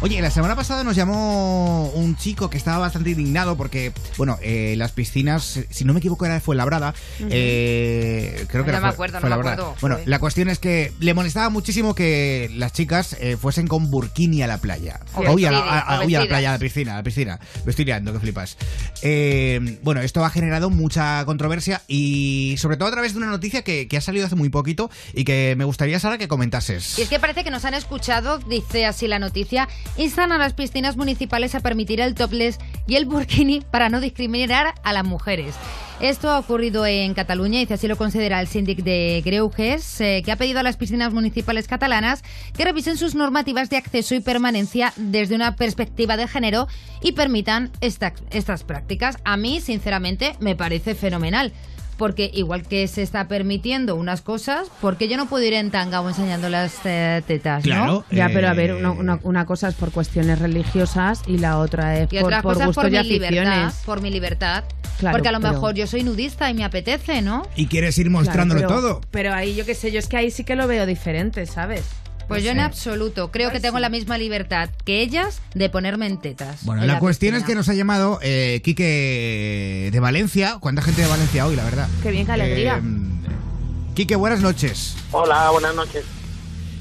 Oye, la semana pasada nos llamó un chico que estaba bastante indignado porque, bueno, eh, las piscinas, si no me equivoco, era de Fuenlabrada. eh, creo que No era Ah, me Fue- acuerdo, no me Fuenlabrada. acuerdo. Bueno, Joder. la cuestión es que le molestaba muchísimo que las chicas eh, fuesen con burkini a la playa. O Uy, a la, vestidas, a- a- o uy, a la vestidas. playa, a la piscina, a la piscina. Me estoy liando, que flipas. Eh, bueno, esto ha generado mucha controversia y sobre todo a través de una noticia que, que ha salido hace muy poquito y que me gustaría, Sara, que comentases. Y es que parece que nos han escuchado, dice así la noticia, instan a las piscinas municipales a permitir el topless y el burkini para no discriminar a las mujeres. Esto ha ocurrido en Cataluña, dice así lo considera el síndic de Greuges, eh, que ha pedido a las piscinas municipales catalanas que revisen sus normativas de acceso y permanencia desde una perspectiva de género y permitan esta- estas prácticas. A mí, sinceramente, me parece fenomenal. Porque igual que se está permitiendo unas cosas, porque yo no puedo ir en tanga o enseñando las eh, tetas, ¿no? Claro. Ya, pero a ver, eh, una, una- una cosa es por cuestiones religiosas y la otra es Y por, otras por cosas gustos por y mi libertad, aficiones. por mi libertad. Claro, porque a lo pero- mejor yo soy nudista y me apetece, ¿no? Y quieres ir Claro, mostrándolo pero- todo. Pero ahí yo qué sé, yo es que ahí sí que lo veo diferente, ¿sabes? Pues yo en absoluto creo que Pues tengo la misma libertad que ellas de ponerme en tetas. Bueno, en la, cuestión es que piscina. nos ha llamado eh, Quique de Valencia. ¿Cuánta gente de Valencia hoy, la verdad? Qué bien, qué alegría. Eh, Quique, buenas noches. Hola, buenas noches.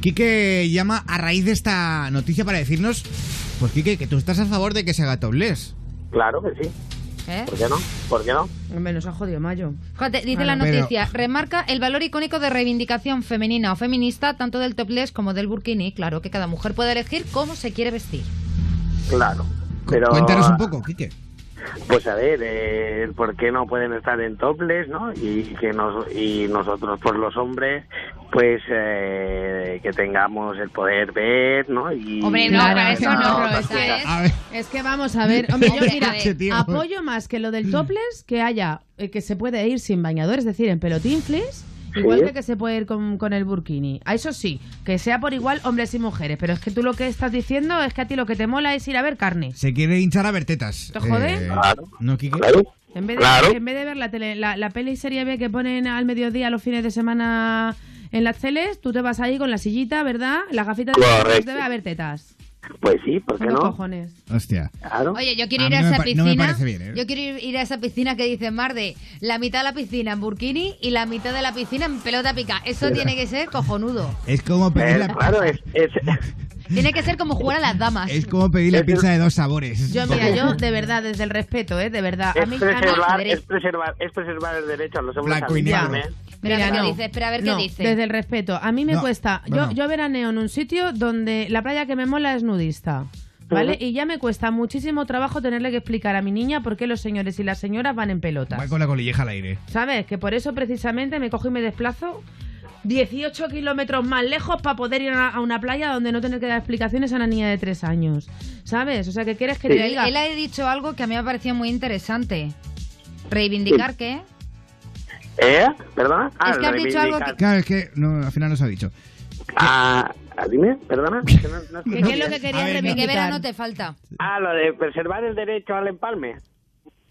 Quique llama a raíz de esta noticia para decirnos, pues Quique, que tú estás a favor de que se haga topless. Claro que sí. ¿Eh? ¿Por qué no? ¿Por qué no? Hombre, nos ha jodido Mayo. Joder, dice Claro, la pero- noticia, remarca el valor icónico de reivindicación femenina o feminista, tanto del topless como del burkini. Claro, que cada mujer puede elegir cómo se quiere vestir. Claro. Cu- Pero, ah, Cuéntanos un poco, Quique. Pues a ver, eh, ¿por qué no pueden estar en topless, no? Y que nos y nosotros, pues los hombres, pues eh, que tengamos el poder ver, ¿no? Y, Hombre, no, pero eso claro, no, otras es que- cosas. A ver, Es que vamos a ver, hombre, yo Hombre, mira, a ver. Este Tío. apoyo más que lo del topless, que haya, eh, que se puede ir sin bañador, es decir, en pelotinflis, igual Sí. que que se puede ir con, con el burkini. A eso sí, que sea por igual hombres y mujeres, pero es que tú lo que estás diciendo es que a ti lo que te mola es ir a ver carne. se quiere hinchar a ver tetas. ¿Te jode? Claro. ¿No, Quique? Claro. En vez de, Claro. en vez de ver la, tele, la, la peli serie B que ponen al mediodía los fines de semana en las teles, tú te vas ahí con la sillita, ¿verdad? Las gafitas de Correcto. debe haber tetas. Pues sí, ¿por qué Son los no? cojones. Hostia. Claro. Oye, yo quiero A ir mí a no me esa pa- no me piscina. parece bien, ¿eh? Yo quiero ir a esa piscina que dice Mar de la mitad de la piscina en burkini y la mitad de la piscina en pelota pica. Eso tiene que ser cojonudo. Es como pedir Eh, Pues la, claro, es, es- Tiene que ser como jugar a las damas. es como pedir la Es- pizza de dos sabores. Yo, mira, yo, de verdad, desde el respeto, ¿eh? De verdad. A es mí, a mí- preservar, madre. es preservar, es preservar el derecho a los hombres ¿eh? Blanco a y visitarme. negro. Mira, Mira, lo que no. dice, espera a ver No, qué dice. Desde el respeto. A mí me No, cuesta. no, yo, no. yo veraneo en un sitio donde la playa que me mola es nudista. ¿Vale? Ujú. Y ya me cuesta muchísimo trabajo tenerle que explicar a mi niña por qué los señores y las señoras van en pelotas. Va con la colilleja al aire. ¿Sabes? Que por eso precisamente me cojo y me desplazo 18 kilómetros más lejos para poder ir a a una playa donde no tener que dar explicaciones a una niña de 3 años. ¿Sabes? O sea, ¿qué quieres que te Pero él, diga? él ha dicho algo que a mí me ha parecido muy interesante. Reivindicar que ¿Eh? ¿Perdona? Ah, Es que has dicho algo reivindicar. Claro, es que no, al final nos ha dicho. Ah, dime, perdona. que no- no ¿Qué, escucho qué es lo A que querías bien. ver, no. que reivindicar? verano te falta. Ah, lo de preservar el derecho al empalme.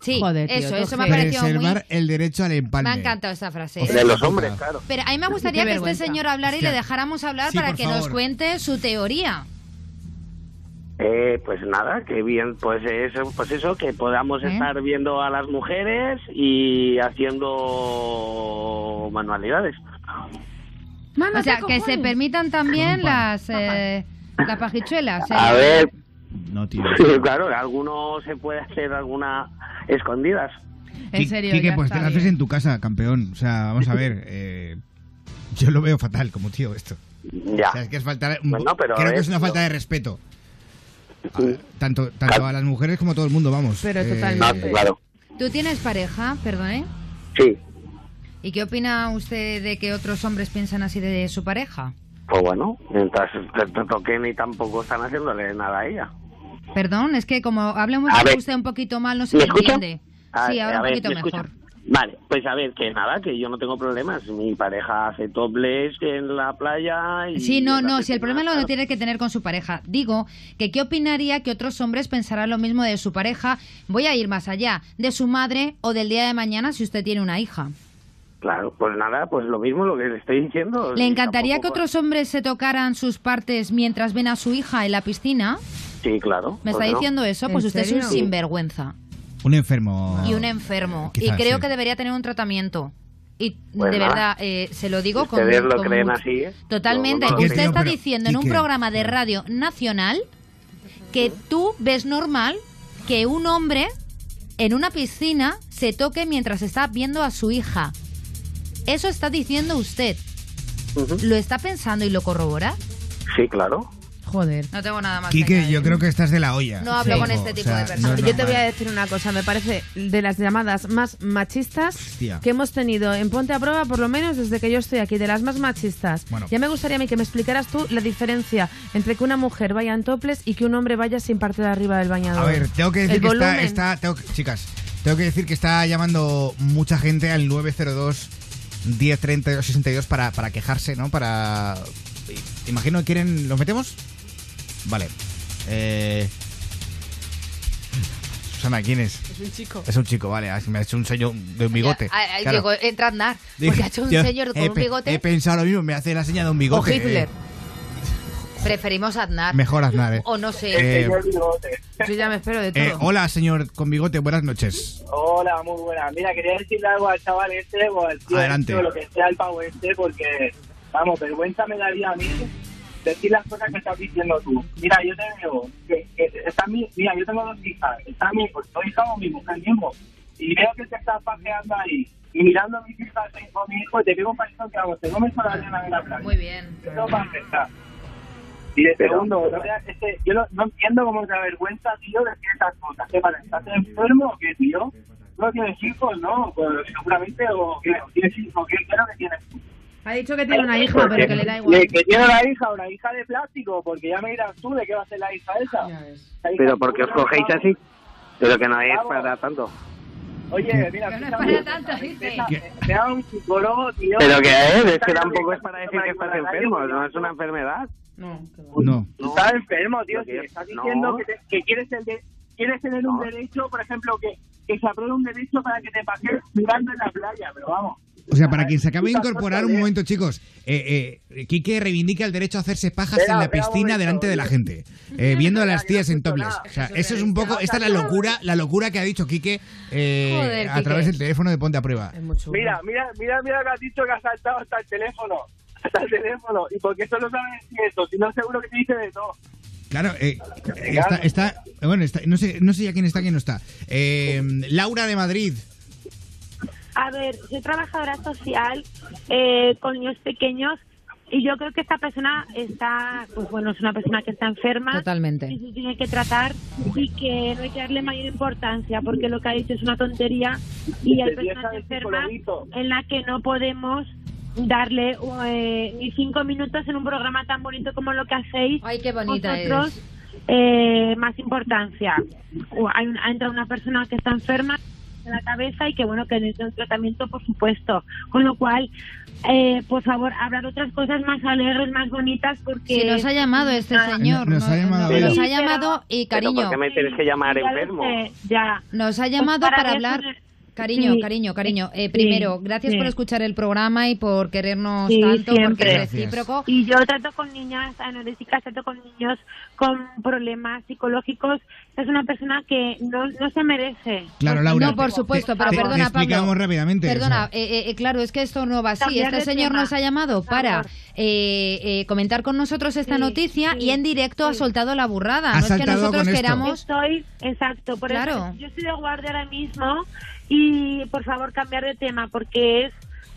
Sí, Joder, tío, eso, qué eso me ha ojete. parecido muy... Preservar Eh, el derecho al Me empalme. ha encantado esa frase. O sea, De los hombres, claro. Pero a mí me gustaría Qué que este vergüenza. señor hablara y le Hostia. dejáramos hablar Sí, para por que nos favor. cuente su teoría. Eh, pues nada, que bien, pues eso, pues eso, que podamos ¿Eh? estar viendo a las mujeres y haciendo manualidades. Mándate O sea, que se Ah, cojones. permitan también las eh, las pajichuelas. eh. A ver, No, tío. claro, alguno se puede hacer alguna escondidas. En serio, Quique, ya pues está te la haces bien. en tu casa, campeón. O sea, vamos a ver. eh, yo lo veo fatal como tío esto. Ya. O sea, es que es falta. un- Bueno, pero creo que es- es una falta de respeto. A- tanto tanto a las mujeres como a todo el mundo, vamos. Pero Eh, No, totalmente. claro. ¿Tú tienes pareja? Perdone. Sí. ¿Y qué opina usted de que otros hombres piensan así de su pareja? Pues bueno, mientras te te toquen y tampoco están haciéndole nada a ella. Perdón, es que como habla muy- A ver. usted un poquito mal, no se ¿Me le escucha? entiende. A- Sí, ahora a un ver, poquito ¿me mejor. escucha? Vale, pues a ver, que nada, que yo no tengo problemas. Mi pareja hace topless en la playa y... Sí, no, no, hace si el problema nada, lo claro. tiene que tener con su pareja. Digo que qué opinaría que otros hombres pensarán lo mismo de su pareja, voy a ir más allá, de su madre o del día de mañana si usted tiene una hija. Claro, pues nada, pues lo mismo lo que le estoy diciendo. ¿Le Y encantaría que tampoco- otros hombres se tocaran sus partes mientras ven a su hija en la piscina? Sí, claro. ¿Me está ¿por qué no? diciendo eso? Pues ¿En usted es un serio? sinvergüenza Un enfermo. y un enfermo. Quizás, y creo Ah, sí. que debería tener un tratamiento. Y Pues de nada. verdad, eh, se lo digo con. Ustedes lo con creen mucho- así. ¿eh? Totalmente. Yo no Y lo que Usted no, está pero- diciendo y en un que- programa de radio nacional que tú ves normal que un hombre en una piscina se toque mientras está viendo a su hija. Eso está diciendo usted. Ujú. ¿Lo está pensando y lo corrobora? Sí, claro. Joder. No tengo nada más Quique, yo creo que estás de la olla. No hablo Sí. con este tipo de personas. es Yo te voy a normal. decir una cosa, me parece de las llamadas más machistas Hostia. que hemos tenido en Ponte a Prueba, por lo menos desde que yo estoy aquí, de las más machistas. Bueno. Ya me gustaría a mí que me explicaras tú la diferencia entre que una mujer vaya en toples y que un hombre vaya sin parte de arriba del bañador. A ver, tengo que decir El que está, volumen. está- tengo que- chicas, tengo que decir que está llamando mucha gente al 902 1030 62 para, para quejarse, ¿no? Para imagino que quieren, ¿los metemos? Vale. Eh Susana, ¿quién es? Es un chico. Es un chico, vale, ah, me ha hecho un sello de un bigote. Ya, ah, claro. Digo, entra a andar. Porque ha hecho un Yo señor con he un pe- bigote. He pensado lo mismo, me hace la seña de un bigote. o Hitler. eh. Preferimos Aznar. mejor Aznar, eh. O no sé. Eh, Yo ya me espero de todo. eh, hola, señor con bigote, buenas noches. Hola, muy buena. Mira, quería decirle algo al chaval este o al tío Adelante. este, o lo que sea al pavo este, porque, vamos, vergüenza me daría a mí decir las cosas que estás diciendo tú. Mira, yo te veo, que, que está mi, mira, yo tengo dos hijas, está mi, pues, dos hijas o mi mujer mismo, y veo que te estás paseando ahí, y mirando a mis hijas o a mi hijo, y te veo parecido que, vamos, te comes toda la arena de la calle. Muy bien. Eso va a afectar. Y de Pero- segundo, no veas- es que este, yo no, no entiendo cómo te da vergüenza, tío, decir estas cosas. ¿Qué pasa? ¿Estás enfermo o qué, tío? ¿No tienes hijos? No, pues seguramente, o que tienes hijos, ¿qué es lo que tienes? Ha dicho que tiene una hija, pero que le da Que- igual. Que tiene una hija, una hija de plástico, porque ya me dirás tú de qué va a ser la hija esa. La hija Pero de porque os puta, cogéis vamos. así. Pero que no es para tanto. Oye, mira, Que no es escúchame, para tanto, dice. empieza- empieza un psicólogo, tío. Pero que es, es que tampoco es para decir que estás enfermo, no es una enfermedad. No. Estás enfermo, tío. Lo Si que- estás no. diciendo que, te- que quieres, el de- quieres tener un No. derecho, por ejemplo, que, que se apruebe un derecho para que te pases jugando en la playa, pero vamos. O sea, para quien se acabe de Puta incorporar cosa, un tío. momento, chicos, eh, eh, Quique reivindica el derecho a hacerse pajas Espera, en la espera un piscina momento, delante de la oye. gente, eh, viendo a las Yo no tías en escucho topless. nada. O sea, eso es un poco, esta es la locura, la locura que ha dicho Quique eh, Joder, a Quique. través del teléfono de Ponte a Prueba. Es Em, muy chulo. Mira, mira, mira, mira lo que has dicho que has saltado hasta el teléfono. Hasta el teléfono. Y porque eso no sabes decir eso, si no seguro que te dice de todo. Claro, eh, está, está- bueno, está- no sé, no sé ya quién está, quién no está. Eh, Laura de Madrid. A ver, soy trabajadora social eh, con niños pequeños y yo creo que esta persona está, pues bueno, es una persona que está enferma y Totalmente. se tiene que tratar y que no hay que darle mayor importancia porque lo que ha dicho es una tontería y hay Te empieza personas el enfermas psicologuito. en la que no podemos darle eh, ni cinco minutos en un programa tan bonito como lo que hacéis Ay, qué bonita vosotros es. eh, más importancia. O Hay un- entra una persona que está enferma de la cabeza y que bueno que necesita un tratamiento por supuesto con lo cual eh, por favor hablar otras cosas más alegres más bonitas porque Si nos ha llamado este Ah, señor. Nos ha no- llamado no- él. nos ha eh, Sí, pero- llamado y Pero cariño. ¿por qué me tienes que llamar Ya lo enfermo? sé, eh, ya Nos ha llamado para, para eso hablar. le- Cariño, Sí. cariño, cariño. Eh, Sí, primero, gracias sí. por escuchar el programa y por querernos Sí, tanto, porque siempre. es recíproco. Y yo trato con niñas anoréxicas, trato con niños con problemas psicológicos. Es una persona que no, no se merece. Claro, Laura. No, por supuesto, pero te- te perdona, explicamos Pablo. rápidamente. Perdona, o sea, eh, eh, claro, es que esto no va así. Cambiar Este de señor tema. nos ha llamado Por para favor. eh, eh, comentar con nosotros esta Sí, noticia sí, y en directo ha sí. soltado la burrada. Ha no es que saltado nosotros con esto. queramos. Estoy, exacto, por Claro. eso yo estoy de guardia ahora mismo y por favor cambiar de tema porque es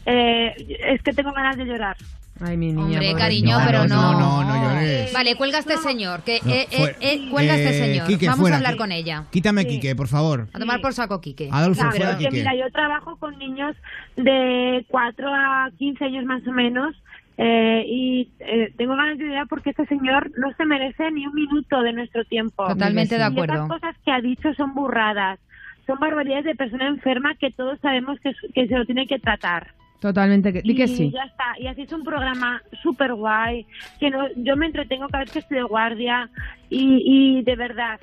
eh, es que tengo ganas de llorar. Ay, mi niña. Hombre, madre. cariño, no, pero no, no. no, no llores. Vale, cuelga a este señor. Que, No, eh, eh, fuera. eh, cuelga a este Eh, señor. Quique, Vamos fuera. a hablar con ella. Quítame Sí. Quique, por favor. A tomar por saco, Quique. Adolfo, Claro, fuera, porque Quique. mira, yo trabajo con niños de 4 a 15 años más o menos eh, y eh, tengo ganas de llorar porque este señor no se merece ni un minuto de nuestro tiempo. Totalmente de Y acuerdo. esas cosas que ha dicho son burradas, son barbaridades de persona enferma que todos sabemos que, su- que se lo tiene que tratar. Totalmente. Que, di que y sí. ya está. Y así es un programa súper guay, que no, yo me entretengo cada vez que estoy de guardia y, y de verdad,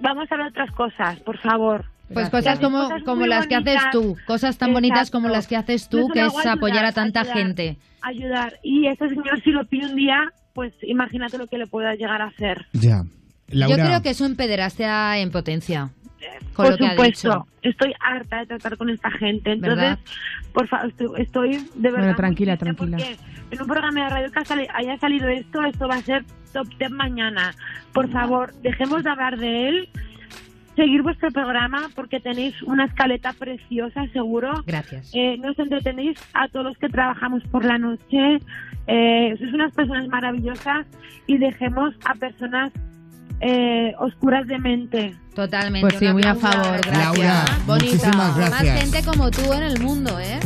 vamos a hablar otras cosas, por favor. Pues cosas Gracias. como, Cosas como muy las que haces bonitas. tú, cosas tan bonitas como Exacto. las que haces No tú, solo que es ayudar, apoyar a tanta ayudar, gente. Ayudar. Y este señor, si lo pide un día, pues imagínate lo que le pueda llegar a hacer. Ya. Laura, Yo creo que es un pederastia en potencia. Con Por lo que ha supuesto, dicho. estoy harta de tratar con esta gente. Entonces, ¿Verdad? por favor, estoy, estoy de verdad. muy tranquila, triste tranquila. Porque en un programa de radio que ha sali- haya salido esto, esto va a ser top 10 mañana. Por favor, dejemos de hablar de él. Seguir vuestro programa porque tenéis una escaleta preciosa, seguro. Gracias. Eh, nos entretenéis a todos los que trabajamos por la noche. Eh, sois unas personas maravillosas y dejemos a personas eh, oscuras de mente. Totalmente. Pues sí, un muy a aplauso, favor. Gracias. ¿eh? Laura, muchísimas Más gracias. gente como tú en el mundo, ¿eh?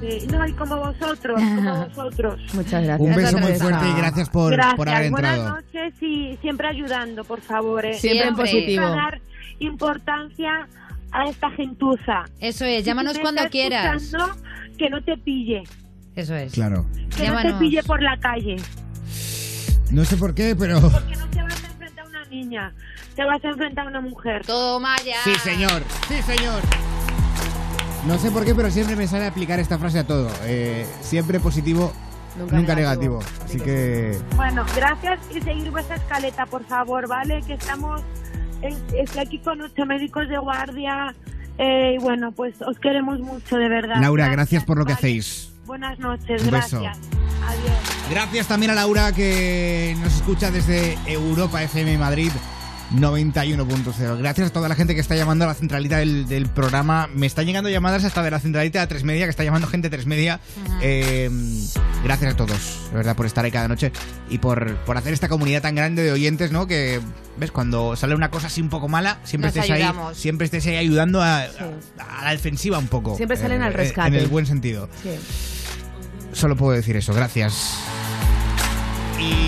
Sí, no hay como vosotros, como vosotros. Muchas gracias. un beso muy Teresa. fuerte y gracias por, Gracias, por haber buenas entrado. noches y siempre ayudando, por favor. eh. Siempre en Siempre. positivo. Vamos a dar importancia a esta gentuza. Eso es, Pues llámanos Si me cuando estás quieras. escuchando, Que no te pille, Eso es. Claro. que no Llámanos. te pille por la calle, No sé por qué, pero. porque no te vas a enfrentar a una niña, te vas a enfrentar a una mujer. Toma ya. Sí, señor. Sí, señor. No sé por qué, pero siempre me sale aplicar esta frase a todo. Eh, siempre positivo, nunca, Nunca negativo. negativo. Así que. Bueno, gracias y seguir vuestra escaleta, por favor, ¿vale? Que estamos, es- estoy aquí con ocho médicos de guardia eh, y bueno, pues os queremos mucho, de verdad. Laura, gracias por lo que ¿vale? hacéis. Buenas noches, Un beso. gracias. Adiós. Gracias también a Laura que nos escucha desde Europa FM Madrid 91.0. Gracias a toda la gente que está llamando a la centralita del, del programa. Me están llegando llamadas hasta de la centralita de tres media, que está llamando gente tres media. Eh, gracias a todos, de verdad, por estar ahí cada noche y por, por hacer esta comunidad tan grande de oyentes, ¿no? Que, ¿ves? Cuando sale una cosa así un poco mala, siempre Nos estés ahí, ayudamos. siempre estés ahí ayudando a, a- a la defensiva un poco. Eh, Siempre salen al rescate. En el buen sentido. Sí. Solo puedo decir eso, gracias. Y